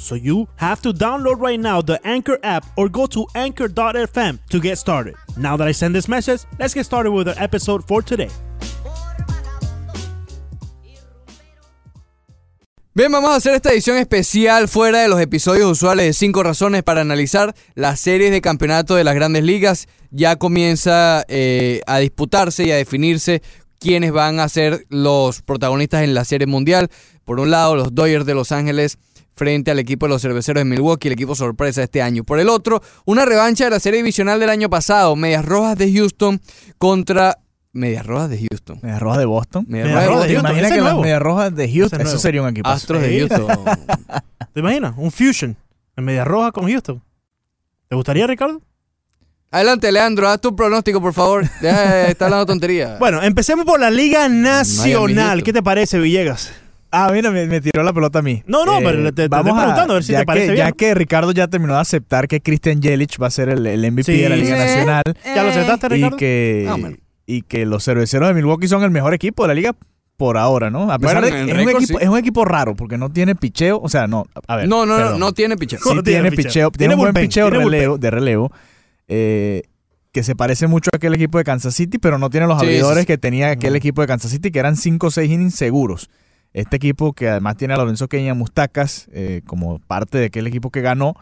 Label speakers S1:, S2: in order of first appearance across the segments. S1: So you have to download right now the Anchor app or go to anchor.fm to get started. Now that I send this message, let's get started with our episode for today.
S2: Bien, vamos a hacer esta edición especial fuera de los episodios usuales de 5 razones para analizar las series de campeonato de las grandes ligas. Ya comienza eh, a disputarse y a definirse quiénes van a ser los protagonistas en la serie mundial. Por un lado, los Dodgers de Los Ángeles frente al equipo de los cerveceros de Milwaukee, el equipo sorpresa de este año. Por el otro, una revancha de la serie divisional del año pasado, Medias Rojas de Houston contra Medias Rojas de Houston.
S3: Medias Rojas de Boston.
S2: Medias
S1: Medias Rojas
S2: Rojas
S1: de Houston,
S2: de
S3: Imagina
S1: ese
S3: que
S1: es
S3: las
S1: nuevo.
S3: Medias Rojas de
S1: Ese
S3: Houston.
S1: es
S3: Eso
S1: nuevo.
S3: sería un equipo.
S2: Astros de
S1: Sí.
S2: Houston.
S1: ¿Te imaginas? Un fusion en media roja con Houston. ¿Te gustaría, Ricardo?
S2: Adelante, Leandro, haz tu pronóstico, por favor. Deja de estar hablando tontería.
S1: Bueno, empecemos por la Liga Nacional.
S2: Houston.
S1: ¿Qué te parece, Villegas?
S3: Ah, mira, me, me tiró la pelota a mí.
S1: No, no, pero te- te estoy preguntando a ver si
S3: ya
S1: te parece
S3: que,
S1: bien.
S3: Ya que Ricardo ya terminó de aceptar que Christian Yelich va a ser el, el MVP
S1: Sí.
S3: de la Liga
S2: Sí.
S3: Nacional
S1: ¿Ya lo aceptaste,
S3: y
S1: Ricardo?
S3: que,
S2: Ah, bueno.
S3: y que los cerveceros de Milwaukee son el mejor equipo de la Liga por ahora, ¿no? A pesar
S2: Bueno,
S3: de
S2: en
S3: que es,
S2: récord,
S3: un equipo,
S2: sí.
S3: es un equipo raro porque no tiene picheo. O sea, no, a ver.
S2: no, no, no,
S3: perdón.
S2: no tiene picheo.
S3: sí
S1: No tiene
S3: tiene
S1: picheo.
S3: picheo,
S1: Tiene
S3: tiene un buen
S1: bullpen,
S3: picheo
S1: tiene
S3: relevo- de relevo eh, que se parece mucho a aquel equipo de Kansas City, pero no tiene los
S2: Sí, sí,
S3: abridores
S2: sí.
S3: que tenía aquel
S1: Ujú.
S3: equipo de Kansas City, que eran 5 o 6 innings seguros. Este equipo que además tiene a Lorenzo Queña Mustacas eh, como parte de aquel equipo que ganó,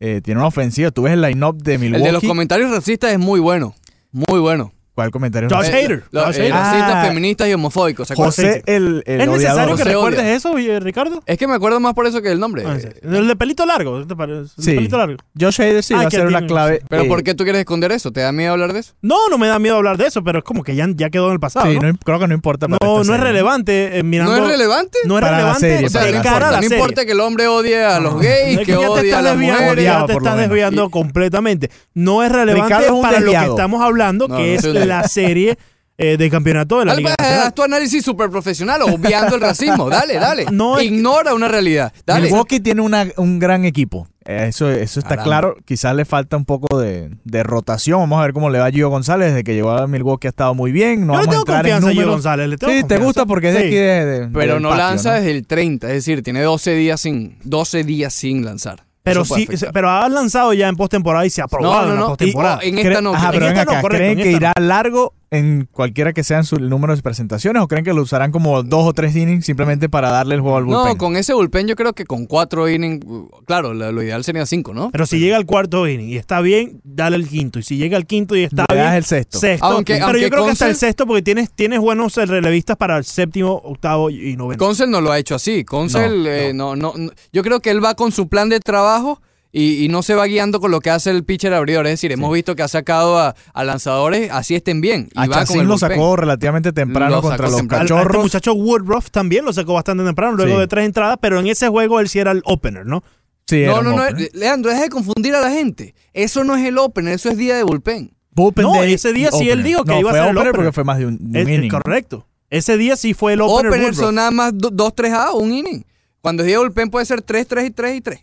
S3: eh, tiene una ofensiva. Tú ves el line-up de
S2: El
S3: Milwaukee.
S2: de los comentarios racistas es muy bueno. Muy bueno.
S3: ¿Cuál comentario?
S1: Josh
S2: Eh,
S1: Hader.
S2: los-
S1: Josh Hader.
S2: eh, racistas,
S3: Ah.
S2: feministas y homofóbicos. ¿se acuerdan?
S3: José, el, el
S1: ¿Es necesario
S3: odiador.
S1: que
S2: José
S1: recuerdes
S2: odia.
S1: eso, Ville- Ricardo?
S2: Es que me acuerdo más por eso que el nombre.
S1: Ah, sí. El de pelito largo. ¿te parece? El de
S3: Sí.
S1: pelito largo.
S3: Josh Hader sí
S1: Ah,
S3: va a
S1: que
S3: ser una
S1: tiene-
S3: clave.
S2: Pero
S3: eh,
S2: ¿por qué tú quieres esconder eso? ¿Te da miedo hablar de eso?
S1: No, no me da miedo hablar de eso, pero es como que ya, ya quedó en el pasado.
S3: sí,
S1: ¿no?
S3: no im- creo que no importa. para
S1: No,
S3: esta
S1: no es
S3: serie.
S1: relevante. eh, mirando,
S2: ¿No es relevante?
S1: No es
S3: Para la
S1: relevante
S3: serie,
S2: O sea,
S3: para
S1: de
S2: no
S3: la
S1: cara
S2: importa,
S1: a la
S2: no
S1: serie.
S2: importa que el hombre odie a los gays,
S1: Es
S2: que
S1: ya te
S2: odie a
S1: estás
S2: las
S1: desviando,
S2: mujeres.
S1: ya
S3: Odiado,
S1: te
S3: por lo
S1: estás
S3: menos.
S1: desviando
S2: Y-
S1: completamente. No es relevante
S3: Ricardo es un
S1: para lo que
S3: desviado.
S1: estamos hablando,
S2: No,
S1: que
S2: no
S1: es
S2: soy un
S1: la serie eh, de campeonato de la Liga
S2: Alba,
S1: Nacional.
S2: haz tu análisis súper profesional, obviando el racismo. Dale, dale.
S1: No, es-
S2: Ignora una realidad. Dale.
S3: Milwaukee tiene una- un gran equipo. Eh, Eso, eso está
S2: Caramba.
S3: claro. Quizás le falta un poco de, de rotación. Vamos a ver cómo le va a Gio González. Desde que llegó a Milwaukee ha estado muy bien. No
S1: Yo le
S3: vamos a
S1: tengo
S3: entrar en
S1: confianza a Gio
S3: números.
S1: González. le
S3: Sí,
S1: tengo
S3: te
S1: confianza.
S3: gusta porque es de
S1: Sí.
S3: aquí de, de-
S2: Pero
S3: del
S2: no
S3: patio,
S2: lanza
S3: ¿no?
S2: desde el 30, es decir, tiene 12 días sin 12 días sin lanzar.
S1: Pero,
S2: Eso puede
S1: sí,
S2: afectar.
S1: pero ha lanzado ya en postemporada y se ha probado
S2: no, no,
S1: en la
S2: no. Y-
S1: postemporada.
S2: oh, en esta no.
S3: Ajá,
S2: En
S3: pero
S1: esta
S3: ven
S1: no,
S3: acá.
S1: correcto,
S3: ¿Creen
S1: en
S3: que
S1: esta
S3: irá largo en cualquiera que sean sus números de presentaciones o creen que lo usarán como dos o tres innings simplemente para darle el juego al bullpen?
S2: No, con ese bullpen yo creo que con cuatro innings, uh, claro, lo, lo ideal sería cinco, ¿no?
S1: Pero si llega al cuarto inning y está bien, dale el quinto. Y si llega al quinto y está
S3: Le das
S1: bien,
S3: el sexto.
S1: sexto.
S2: Aunque-
S1: pero
S2: aunque
S1: yo creo que hasta el
S2: Conce-
S1: sexto porque tienes, tienes buenos relevistas para el séptimo, octavo y noveno.
S2: Consel no lo ha hecho así. Consel,
S1: No,
S2: eh, no, no, no. yo creo que él va con su plan de trabajo y, y no se va guiando con lo que hace el pitcher abridor. Es decir, hemos visto que ha sacado a, a lanzadores, así estén bien. Y
S3: A
S2: va con el
S3: Chacín lo
S2: bullpen.
S3: sacó relativamente temprano
S2: Lo
S3: contra
S2: sacó
S3: los
S2: temprano.
S1: Al, a este
S3: cachorros.
S1: muchacho Woodruff también lo sacó bastante temprano, luego
S3: Sí.
S1: de tres entradas, pero en ese juego él sí era el opener, ¿no?
S3: Sí, era
S2: No,
S3: un
S2: no, no.
S3: opener.
S2: eh, Leandro, deja de confundir a la gente. Eso no es el opener, eso es día de bullpen.
S3: Bullpen
S1: No,
S3: day
S1: ese día sí
S3: opener.
S1: él dijo que
S3: No,
S1: iba a
S3: fue
S1: ser el
S3: opener
S1: opener.
S3: porque fue más de un, de
S1: Es-
S3: un
S1: es
S3: inning.
S1: correcto. Ese día sí fue el opener.
S2: Opener,
S1: Woodruff.
S2: son nada más 2, 3 A, un inning. Cuando es día de bullpen puede ser 3, 3 y 3 y 3.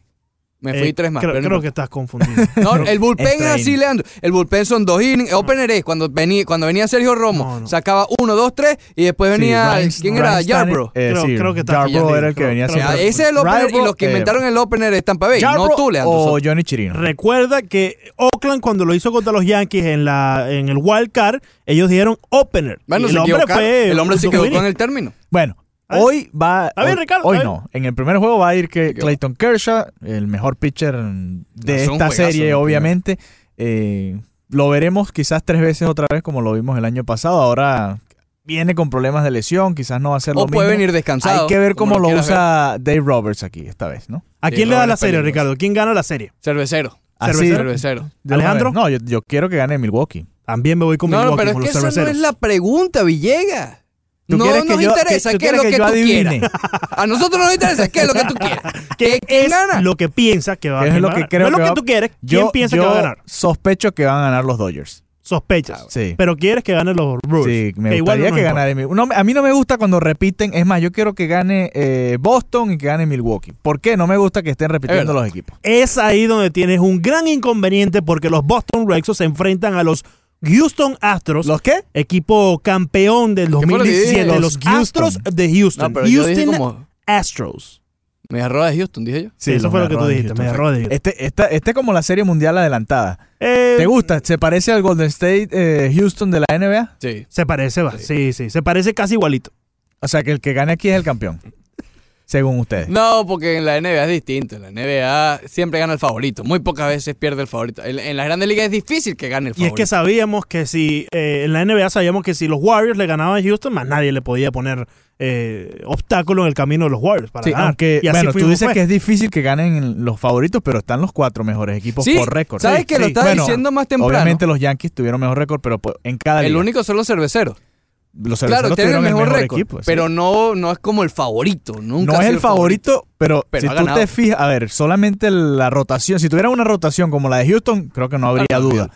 S2: Me fui
S1: Eh,
S2: tres más.
S1: Creo,
S2: pero no
S1: creo
S2: importa.
S1: que estás confundido.
S2: No, el bullpen es
S3: Extra
S2: así,
S3: inning.
S2: Leandro. El bullpen son dos innings. Opener es cuando venía, cuando venía Sergio Romo,
S1: No, no.
S2: sacaba uno, dos, tres, y después
S3: Sí,
S2: venía.
S3: Ryan-
S2: ¿Quién
S3: Ryan
S2: era?
S3: Stanley-
S2: Yarbrough.
S3: eh,
S1: Creo-
S3: sí,
S1: creo que está-
S3: Yarbrough
S2: Ya
S3: era el que
S1: creo-
S3: venía
S1: creo
S2: O sea,
S1: Ryan-
S3: siempre.
S2: ese es el opener y
S3: Yarbrough,
S2: los que
S3: eh,
S2: inventaron el opener es Tampa Bay.
S3: Yarbrough
S2: no tú, Leandro.
S3: o
S2: Soto.
S3: Johnny Chirino.
S1: Recuerda que Oakland cuando lo hizo contra los Yankees en la en el wild card, ellos dijeron opener.
S2: Bueno,
S1: Y
S2: se
S1: el hombre
S2: equivocaron.
S1: fue
S2: el hombre se
S1: Udoh
S2: quedó
S1: Winnie.
S2: con el término.
S3: Bueno,
S1: A ver.
S3: hoy va...
S1: A ver,
S3: hoy-
S1: Ricardo, a
S3: Hoy
S1: ver.
S3: no. En el primer juego va a ir que
S2: Yo.
S3: Clayton Kershaw, el mejor pitcher de
S2: Lanzó un
S3: esta
S2: juegazo en el
S3: serie,
S2: primer.
S3: obviamente. Eh, lo veremos quizás tres veces otra vez como lo vimos el año pasado. Ahora viene con problemas de lesión, quizás no va a ser
S2: O
S3: lo
S2: puede
S3: mismo.
S2: venir descansado.
S3: Hay que ver
S2: como
S3: cómo lo,
S2: quieras ver.
S3: usa Dave Roberts aquí esta vez, ¿no?
S1: ¿A
S2: Sí,
S1: quién le da
S2: Robert
S1: la serie,
S2: Peligroso.
S1: Ricardo? ¿Quién gana la serie?
S2: Cervecero.
S3: Así,
S1: Cervecero.
S2: Cervecero.
S3: de una
S1: ¿Alejandro?
S3: vez. No, yo, yo quiero que gane Milwaukee.
S1: También me voy con
S2: No, no,
S1: Milwaukee
S2: pero es
S1: con
S2: que
S1: los
S2: esa no
S1: cerveceros.
S2: es la pregunta, Villegas.
S3: ¿Tú
S2: no
S3: quieres
S2: nos
S3: que yo-
S2: interesa
S3: que- tú
S2: qué es
S3: quieres
S2: lo
S3: que
S2: que,
S3: yo
S2: tú
S3: adivine?
S2: quieras. A nosotros no nos interesa qué es lo que tú quieras.
S1: ¿Qué
S2: ¿Quién
S1: es
S2: gana?
S1: lo que piensa que va,
S3: ¿Qué
S1: quién
S3: es lo
S1: va a
S3: que
S1: ganar?
S3: creo
S1: No es lo
S3: que
S1: que
S3: va-
S1: tú quieres.
S3: Yo,
S1: ¿Quién piensa
S3: yo
S1: que va a ganar?
S3: sospecho que van a ganar los Dodgers.
S1: Sospechas.
S3: Sí.
S1: Pero quieres que gane los Brewers.
S3: Sí, me
S1: que igual
S3: gustaría
S1: no
S3: que
S1: importa.
S3: ganara. Mil- No, a mí no me gusta cuando repiten. Es más, yo quiero que gane eh, Boston y que gane Milwaukee. ¿Por qué? No me gusta que estén repitiendo
S2: verdad.
S3: los equipos.
S1: Es ahí donde tienes un gran inconveniente porque los Boston Red Sox se enfrentan a los Houston Astros.
S3: ¿Los qué?
S1: Equipo campeón del
S2: fue lo que dije?
S1: 2017, los,
S3: Los Houston.
S1: Astros de Houston.
S2: No, pero yo dije
S1: Houston
S2: como.
S1: Astros.
S2: Me agarró de Houston, dije yo.
S1: Sí, eso
S3: los
S1: fue lo que tú
S3: Marrones,
S1: dijiste. Me
S3: Houston.
S1: erró de
S3: Este, esta, este es como la serie mundial adelantada.
S1: Eh,
S3: ¿Te gusta? ¿Se parece al Golden State eh, Houston de la NBA?
S2: Sí.
S1: Se parece, va. Sí, sí. Se parece casi igualito.
S3: O sea, que el que gane aquí es el campeón. Según ustedes.
S2: No, porque en la NBA es distinto. En la NBA siempre gana el favorito. Muy pocas veces pierde el favorito. En, en las grandes ligas es difícil que gane
S1: Y
S2: el
S1: es
S2: favorito.
S1: que sabíamos que si eh, en la NBA sabíamos que si los Warriors le ganaban a Houston, más nadie le podía poner eh, obstáculo en el camino de los Warriors para
S3: Sí,
S1: ganar.
S3: aunque,
S1: y así
S3: bueno, tú
S1: fuimos,
S3: dices
S1: pues.
S3: que es difícil que ganen los favoritos, pero están los cuatro mejores equipos
S2: Sí,
S3: por récord.
S2: ¿Sabes que lo
S1: sí.
S2: estaba
S3: Bueno,
S2: diciendo más temprano?
S3: Obviamente los Yankees tuvieron mejor récord, pero po- en cada
S2: el
S3: liga.
S2: único son los cerveceros.
S3: Los
S2: Claro,
S3: cerveceros
S2: tienen el
S3: tuvieron
S2: mejor récord.
S3: equipo, sí.
S2: Pero no, no es como el favorito. Nunca
S3: no
S2: ha
S3: es
S2: sido
S3: el favorito, pero,
S2: Pero ha
S3: si tú
S2: ganado.
S3: te fijas, a ver, solamente la rotación, si tuviera una rotación como la de Houston, creo que no habría
S2: Ah, no,
S3: duda.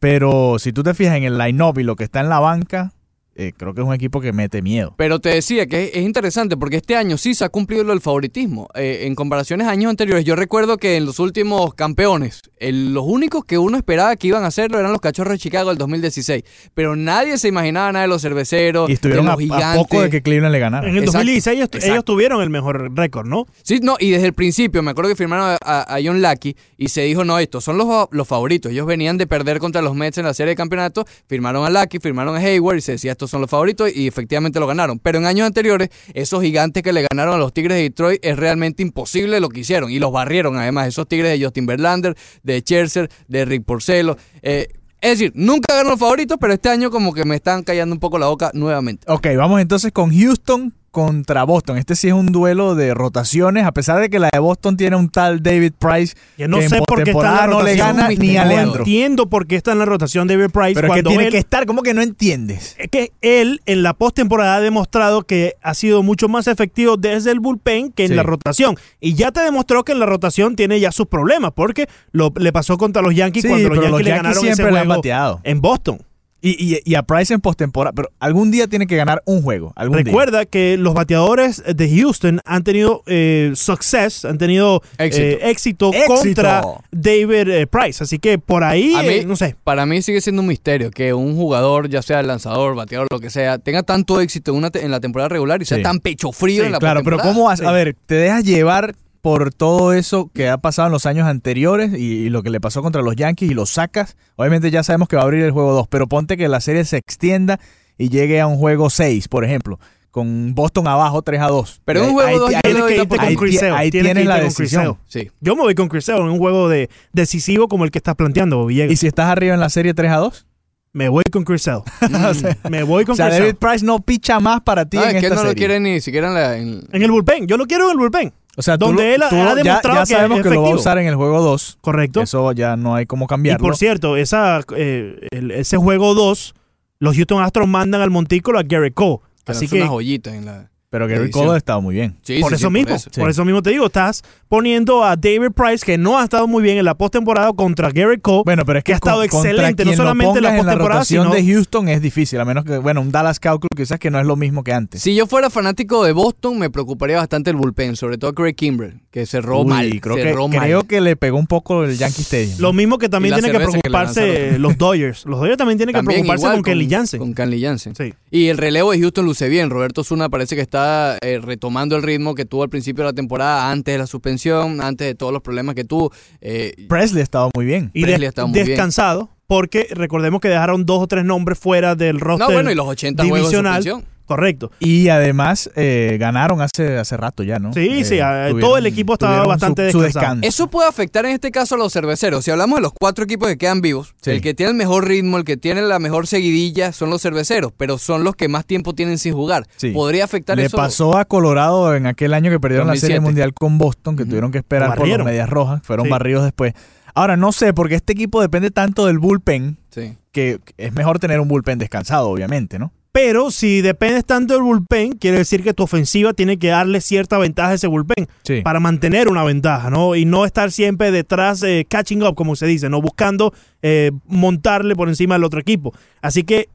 S3: Pero si tú te fijas en el line-up y lo que está en la banca, eh, creo que es un equipo que mete miedo.
S2: Pero te decía que es, es interesante porque este año sí se ha cumplido lo del favoritismo. Eh, en comparaciones a años anteriores, yo recuerdo que en los últimos campeones, el- los únicos que uno esperaba que iban a hacerlo eran los Cachorros de Chicago del 2016. Pero nadie se imaginaba nada de los cerveceros,
S3: Y estuvieron
S2: de
S3: a,
S2: los gigantes.
S3: a poco de que Cleveland le ganara.
S1: En el
S2: Exacto,
S1: 2016 ellos,
S2: exacto.
S1: ellos tuvieron el mejor récord, ¿no?
S2: Sí, no, y desde el principio, me acuerdo que firmaron a, a John Lucky y se dijo, no, estos son los, fa- los favoritos. Ellos venían de perder contra los Mets en la serie de campeonato, firmaron a Lucky, firmaron a Hayward y se decía, estos son los favoritos y efectivamente lo ganaron. Pero en años anteriores, esos gigantes que le ganaron a los Tigres de Detroit es realmente imposible lo que hicieron y los barrieron además, esos Tigres de Justin Verlander, de Scherzer, de Rick Porcelo. eh, es decir, nunca ganaron los favoritos, pero este año como que me están callando un poco la boca nuevamente.
S3: Ok, vamos entonces con Houston contra Boston. Este sí es un duelo de rotaciones, a pesar de que la de Boston tiene un tal David Price
S1: Que no
S3: que en
S1: sé por qué está en la
S3: postemporada no le
S1: rotación.
S3: gana ni a
S1: No
S3: Leandro.
S1: entiendo por qué está en la rotación de David Price
S3: Pero es que
S1: cuando
S3: tiene
S1: él-
S3: que estar, ¿cómo que no entiendes?
S1: es que él en la postemporada ha demostrado que ha sido mucho más efectivo desde el bullpen que en
S3: Sí.
S1: la rotación. Y ya te demostró que en la rotación tiene ya sus problemas, porque lo, le pasó contra los Yankees
S3: Sí,
S1: cuando los
S3: pero
S1: Yankees,
S3: los
S1: le
S3: Yankees
S1: ganaron ese
S3: siempre le han
S1: juego
S3: bateado.
S1: en Boston.
S3: Y, y- y a Price en postemporada. Pero algún día tiene que ganar un juego. Algún día.
S1: Recuerda que los bateadores de Houston han tenido eh, success, han tenido
S2: Éxito.
S1: eh, éxito,
S3: Éxito.
S1: contra David eh, Price. Así que por ahí,
S2: A mí-
S1: eh, no sé.
S2: Para mí sigue siendo un misterio que un jugador, ya sea lanzador, bateador, lo que sea, tenga tanto éxito en, una te- en la temporada regular y sea
S3: Sí.
S2: tan pecho frío
S1: Sí,
S2: en la
S3: Claro, pero
S2: postemporada.
S3: ¿cómo vas?
S1: Sí.
S3: A ver, te dejas llevar por todo eso que ha pasado en los años anteriores y, y lo que le pasó contra los Yankees y lo sacas. Obviamente ya sabemos que va a abrir el juego 2, pero ponte que la serie se extienda y llegue a un juego 6, por ejemplo, con Boston abajo 3 a 2.
S2: Pero
S3: Y
S2: un
S3: ahí-
S2: juego
S3: ahí-
S2: dos ya
S3: ahí-
S1: Tienes
S2: doy
S1: que
S2: la
S1: irte
S2: oportunidad.
S1: con
S3: ahí
S1: Chris
S3: tie-
S1: Sale,
S3: ahí
S1: tienes que
S3: tienes la
S1: irte con Chris
S3: decisión.
S1: Sale.
S2: Sí.
S1: Yo me voy con Chris Sale en un juego de decisivo como el que estás planteando, Villegas.
S3: ¿Y si estás arriba en la serie 3 a 2?
S1: Me voy con Chris Sale.
S2: Mm.
S1: Me voy con
S3: O sea,
S1: Chris
S3: David
S1: Sale.
S3: Price no picha más para ti
S2: No,
S3: en
S2: es que
S3: esta
S2: no lo
S3: serie.
S2: quiere ni siquiera en la... en-
S1: En el bullpen. Yo lo quiero en el bullpen.
S3: O sea, tú
S1: donde
S3: lo-
S1: él ha-
S3: tú
S1: ha
S3: lo- ya-
S1: demostrado
S3: ya,
S1: que es
S3: sabemos que lo va a
S1: efectivo.
S3: usar en el juego 2.
S1: Correcto.
S3: Eso ya no hay cómo
S1: y
S3: cambiarlo.
S1: por cierto, esa, eh, el- ese juego 2, los Houston Astros mandan al montículo a Gary Cole.
S2: que
S1: Así
S2: lanzó
S1: que
S2: unas joyitas en la...
S3: pero Gary
S2: Edición.
S3: Cole ha estado muy bien.
S2: Sí,
S1: por
S2: sí, sí,
S1: eso mismo, por eso.
S2: Sí.
S1: mismo te digo, estás poniendo a David Price, que no ha estado muy bien en la postemporada, contra Gary Cole.
S3: Bueno, pero es
S1: que
S3: que,
S1: ha estado
S3: contra
S1: excelente, no
S3: quien lo
S1: solamente en la
S3: pongas en la
S1: postemporada,
S3: rotación
S1: sino-
S3: de Houston es difícil, a menos que, bueno, un Dallas Cowboys quizás que no es lo mismo que antes.
S2: Si yo fuera fanático de Boston, me preocuparía bastante el bullpen, sobre todo Craig Kimbrell, que cerró
S3: Uy,
S2: mal,
S3: creo, que,
S2: cerró mal.
S3: creo que le pegó un poco el Yankee Stadium.
S1: lo mismo que también
S2: y la
S1: tiene que
S2: cerveza que le
S1: preocuparse
S2: lanzaron.
S1: eh, los Dodgers. Los Dodgers también tienen que
S2: También
S1: preocuparse
S2: igual
S1: con Kelly Jansen.
S2: Con Kenley Jansen.
S1: Sí.
S2: Y el relevo de Houston luce bien. Roberto Zuna parece que está eh, retomando el ritmo que tuvo al principio de la temporada, antes de la suspensión, antes de todos los problemas que tuvo. Eh,
S3: Presley ha estado muy bien.
S1: Y
S2: Presley
S1: des-
S2: ha estado muy bien.
S1: descansado, porque recordemos que dejaron dos o tres nombres fuera del roster.
S2: no, bueno, y los 80 juegos de
S1: divisional.
S2: suspensión.
S1: Correcto.
S3: Y además eh, ganaron hace, hace rato ya, ¿no?
S1: Sí,
S3: Eh,
S1: sí, a-
S3: tuvieron-
S1: todo el equipo estaba
S3: tuvieron
S1: bastante
S3: su, su
S1: descansado.
S3: descanso.
S2: Eso puede afectar en este caso a los cerveceros. Si hablamos de los cuatro equipos que quedan vivos,
S3: Sí.
S2: el que tiene el mejor ritmo, el que tiene la mejor seguidilla, son los cerveceros, pero son los que más tiempo tienen sin jugar.
S3: Sí.
S2: Podría afectar
S3: Le
S2: eso.
S3: pasó a Colorado en aquel año que perdieron la
S2: 2007.
S3: Serie Mundial con Boston, que
S2: Ujú.
S3: tuvieron que esperar por
S1: Barrieron.
S3: las medias rojas, fueron
S1: Sí.
S3: barridos después. Ahora, no sé, porque este equipo depende tanto del bullpen
S2: Sí.
S3: que es mejor tener un bullpen descansado, obviamente, ¿no?
S1: Pero si dependes tanto del bullpen, quiere decir que tu ofensiva tiene que darle cierta ventaja a ese bullpen
S3: Sí.
S1: para mantener una ventaja, ¿no? Y no estar siempre detrás, eh, catching up, como se dice, ¿no? Buscando eh, montarle por encima del otro equipo. Así que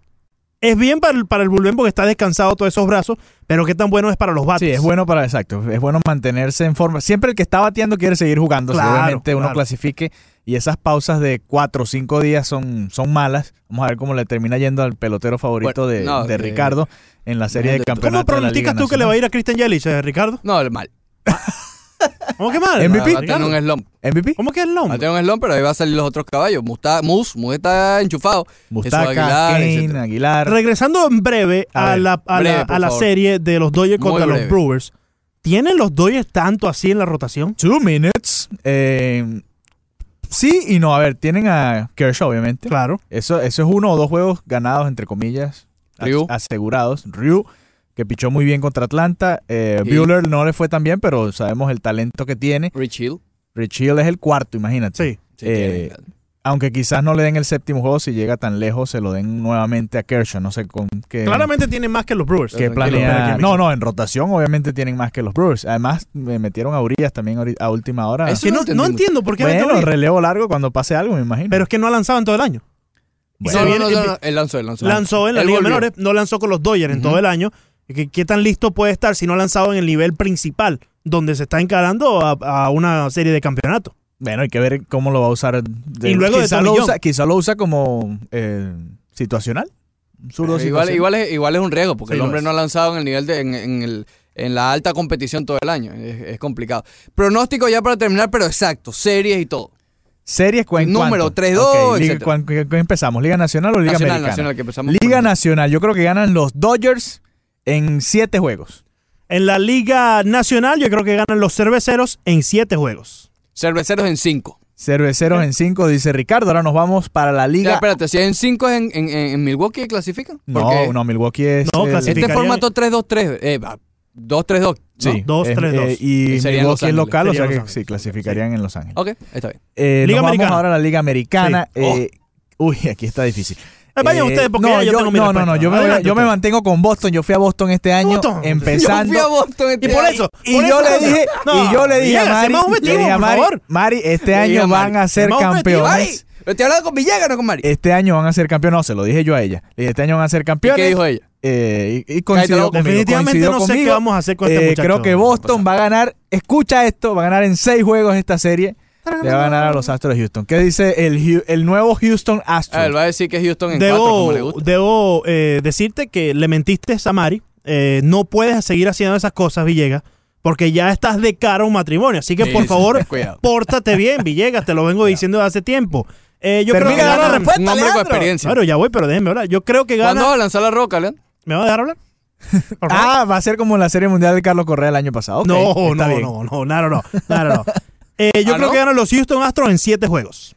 S1: es bien para el, para el bullpen porque está descansado todos esos brazos, pero qué tan bueno es para los bates.
S3: Sí, es bueno para, exacto, es bueno mantenerse en forma. Siempre el que está bateando quiere seguir jugando,
S1: Claro,
S3: seguramente uno
S1: claro.
S3: clasifique y esas pausas de cuatro o cinco días son, son malas. Vamos a ver cómo le termina yendo al pelotero favorito
S2: Bueno,
S3: de,
S2: no,
S3: de
S2: eh,
S3: Ricardo en la serie de
S2: ¿Cómo
S1: ¿Cómo
S3: campeonato.
S1: pronosticas tú que le va a ir a Christian Yelich, eh, Ricardo?
S2: No, el mal.
S1: ¿Cómo que mal?
S3: MVP?
S2: Va a tener
S1: Ricardo,
S2: un slump.
S3: MVP?
S1: ¿Cómo que el
S2: Va a
S1: nombre?
S2: tener un slump, pero ahí va a salir los otros caballos. Musta, Mus, Mus está enchufado. Eso,
S3: Mustaca,
S2: Aguilar,
S3: Kane,
S2: etcétera.
S3: Aguilar.
S1: Regresando en breve a,
S3: A ver,
S1: la, a la-
S2: breve, por
S1: a la
S2: favor.
S1: serie de los Dodgers
S2: Muy
S1: contra los
S2: breve.
S1: Brewers, ¿tienen los Dodgers tanto así en la rotación?
S3: Two minutes. Eh, sí y no. A ver, tienen a Kershaw, obviamente.
S1: Claro.
S3: Eso, eso es uno o dos juegos ganados, entre comillas, as-
S2: Ryu.
S3: asegurados. Ryu, que pichó muy bien contra Atlanta. Eh,
S2: Sí.
S3: Buehler no le fue tan bien, pero sabemos el talento que tiene.
S2: Rich Hill.
S3: Rich Hill es el cuarto, imagínate.
S1: Sí.
S2: Sí,
S3: Eh,
S2: tiene.
S3: Aunque quizás no le den el séptimo juego, si llega tan lejos, se lo den nuevamente a Kershaw. No sé con
S2: Eh.
S3: qué...
S1: Claramente tienen más que los Brewers.
S3: qué
S2: Tranquilo,
S3: planea.
S1: tranquilo.
S3: No, no, en rotación obviamente tienen más que los Brewers. Además, me metieron a Urias también ahorita- a última hora.
S2: Eso
S1: Que no,
S2: no
S1: no
S2: entendí
S1: entiendo por qué la
S3: Bueno,
S1: teoría.
S3: relevo largo cuando pase algo, me imagino.
S1: pero es que no ha lanzado en todo el año.
S3: Bueno.
S1: se
S2: no, no,
S1: viene-
S2: no, no, no, él lanzó, él lanzó.
S1: Lanzó en la
S2: Él
S1: Liga
S2: volvió.
S1: Menores, no lanzó con los Dodgers en
S2: Ujú.
S1: todo el año. ¿Qué, qué tan listo puede estar si no ha lanzado en el nivel principal, donde se está encarando a, a una serie de campeonato?
S3: Bueno, hay que ver cómo lo va a usar. De,
S1: Y luego de
S3: quizá,
S1: Tommy
S3: lo
S1: John.
S3: usa, quizá lo usa como eh, situacional. Un zurdo
S2: Pero Eh, igual,
S3: situacional.
S2: igual, es, igual es un riesgo, porque
S3: Sí,
S2: el
S3: lo
S2: hombre
S3: es.
S2: no ha lanzado en el nivel de, en, en el- en la alta competición todo el año. Es, es complicado. Pronóstico ya para terminar, pero exacto, series y todo.
S3: Series, ¿cu- en
S2: Número
S3: cuánto?
S2: 3-2,
S3: Ok, liga-
S2: etcétera.
S3: ¿cuán- qué- qué empezamos? ¿Liga Nacional o Liga
S2: nacional,
S3: Americana?
S2: nacional, que empezamos.
S3: Liga
S2: con-
S3: Nacional. Yo creo que ganan los Dodgers en siete juegos.
S1: En la Liga Nacional, yo creo que ganan los cerveceros en siete juegos.
S2: Cerveceros en 5.
S3: Cerveceros en cinco, dice Ricardo. Ahora nos vamos para la Liga.
S2: espérate, si es en 5 es en, en, en- en Milwaukee clasifican. Porque
S3: no, no, Milwaukee es. eh,
S1: No,
S3: el-
S1: clasifica-
S2: Este
S1: clasificarían-
S2: formato 3-2-3, eh, va, 2-3-2. ¿no?
S3: Sí,
S1: Dos,
S3: es- eh,
S1: tres, dos.
S3: y
S2: Y sería en Los
S3: Milwaukee es
S2: Ángeles.
S3: local,
S1: Sería
S3: o
S1: Los
S3: sea que
S1: Ángeles.
S3: sí, clasificarían en Los Ángeles.
S2: Ok, está bien.
S3: Eh,
S1: Liga
S3: nos vamos
S1: Americana.
S3: ahora a la Liga Americana.
S1: Sí. Oh.
S3: eh, Uy, aquí está difícil.
S1: Eh, vayan
S3: Eh,
S1: ustedes porque
S3: no,
S1: ya yo, tengo mi
S3: No, no,
S1: respuesta.
S3: no, yo me,
S1: Adelante
S3: yo me
S1: ustedes.
S3: mantengo con Boston. Yo fui a Boston este año
S1: Boston.
S2: Yo
S3: empezando.
S2: fui a Boston este
S1: Y por
S2: año.
S1: eso.
S3: Y
S1: por
S3: yo
S1: eso-
S3: le dije,
S1: No,
S3: y yo le dije
S1: Villegas,
S3: a Mari,
S1: sé más objetivo,
S3: le dije a
S1: por
S3: Mari,
S1: favor.
S3: Mari, este
S2: Le dije a
S3: año
S2: Mari,
S3: van a ser
S1: sé más objetivo,
S2: Ay,
S3: campeones.
S2: pero estoy hablando con Villegas, no con Mari.
S3: Este año van a ser campeones. No, se lo dije yo a ella. Le dije, este año van a ser
S2: ¿Y ¿Qué
S3: campeones.
S2: dijo ella?
S3: Eh, y, y
S2: Cállate la
S3: coincidió
S2: boca.
S3: conmigo.
S1: Definitivamente
S3: coincidió
S1: no sé qué
S3: conmigo.
S1: vamos a hacer con este
S3: Eh,
S1: muchacho.
S3: creo que Boston va a ganar. Escucha esto, va a ganar en seis juegos esta serie. Le va a ganar a los Astros de Houston. ¿Qué dice el, Hu- el nuevo Houston
S2: Ah, él
S3: Astros?
S2: va a decir que es Houston en 4, como le
S1: Debo,
S2: gusta.
S1: debo eh, decirte que le mentiste a Mari. Eh, no puedes seguir haciendo esas cosas, Villegas, porque ya estás de cara a un matrimonio. Así que,
S2: Sí,
S1: por
S2: sí,
S1: favor,
S2: cuidado.
S1: pórtate bien, Villegas. Te lo vengo diciendo desde hace tiempo. Eh, yo
S3: Termina
S1: creo que
S3: de dar la
S1: ganan-
S3: respuesta,
S2: Un hombre con
S3: Leandro.
S2: experiencia.
S1: Claro, ya voy, pero déjenme hablar. Yo creo que
S2: ¿Cuándo
S1: gana.
S2: va a lanzar la roca, Leandro?
S1: ¿Me va a dejar hablar? Por favor.
S3: Ah, va a ser como en la Serie Mundial de Carlos Correa el año pasado. Ok,
S1: no,
S3: está
S1: no,
S3: bien.
S1: no, no, no, no, no, no, no. Eh, yo
S2: ¿Ah,
S1: creo
S2: no?
S1: que ganan los Houston Astros en siete juegos.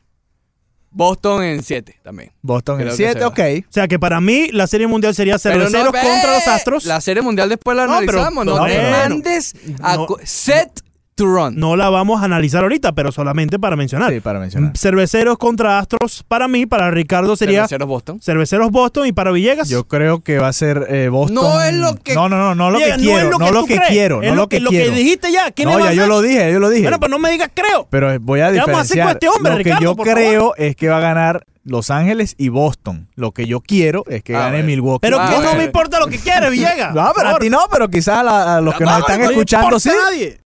S2: Boston en 7 también.
S3: Boston en
S2: Creo que
S3: 7,
S2: se va.
S3: ok.
S1: O sea que para mí la serie mundial sería cerveceros
S2: Pero no,
S1: contra los
S2: eh,
S1: Astros.
S2: La serie mundial después la
S1: No, pero-
S2: analizamos.
S1: no,
S2: No, te
S1: pero-
S2: mandes a
S1: No.
S2: co- set to run.
S1: No la vamos a analizar ahorita, pero solamente para mencionar.
S3: Sí, para mencionar.
S1: Mm, Cerveceros contra Astros, para mí, para Ricardo sería
S2: Cerveceros Boston.
S1: Cerveceros Boston y para Villegas.
S3: Yo creo que va a ser eh, Boston.
S2: No es lo que-
S3: No, no, no, no lo que
S1: Villegas,
S3: quiero. No
S1: tú
S3: lo que
S1: crees,
S3: quiero.
S1: es
S3: No lo que
S1: Lo
S3: quiero.
S1: que dijiste ya. ¿Quién
S3: No,
S1: le va
S3: ya
S1: a
S3: yo
S1: hacer?
S3: lo dije, yo lo dije.
S1: Bueno, pues no me digas creo.
S3: Pero voy a
S1: ¿Qué vamos a hacer con
S3: diferenciar.
S1: este hombre,
S3: lo que
S1: Ricardo,
S3: yo
S1: por
S3: creo es que va a ganar Los Ángeles y Boston. Lo que yo quiero es que
S2: A
S3: gane
S2: ver.
S3: Milwaukee.
S1: Pero
S2: Ah,
S1: que no
S2: bueno.
S1: me importa lo que quiere, Villegas.
S3: No, pero
S1: Por
S3: a
S1: favor.
S3: ti no, pero quizás a, la- a los que nos
S1: No,
S3: están
S1: no le
S3: escuchando
S1: importa
S3: sí.
S1: a nadie.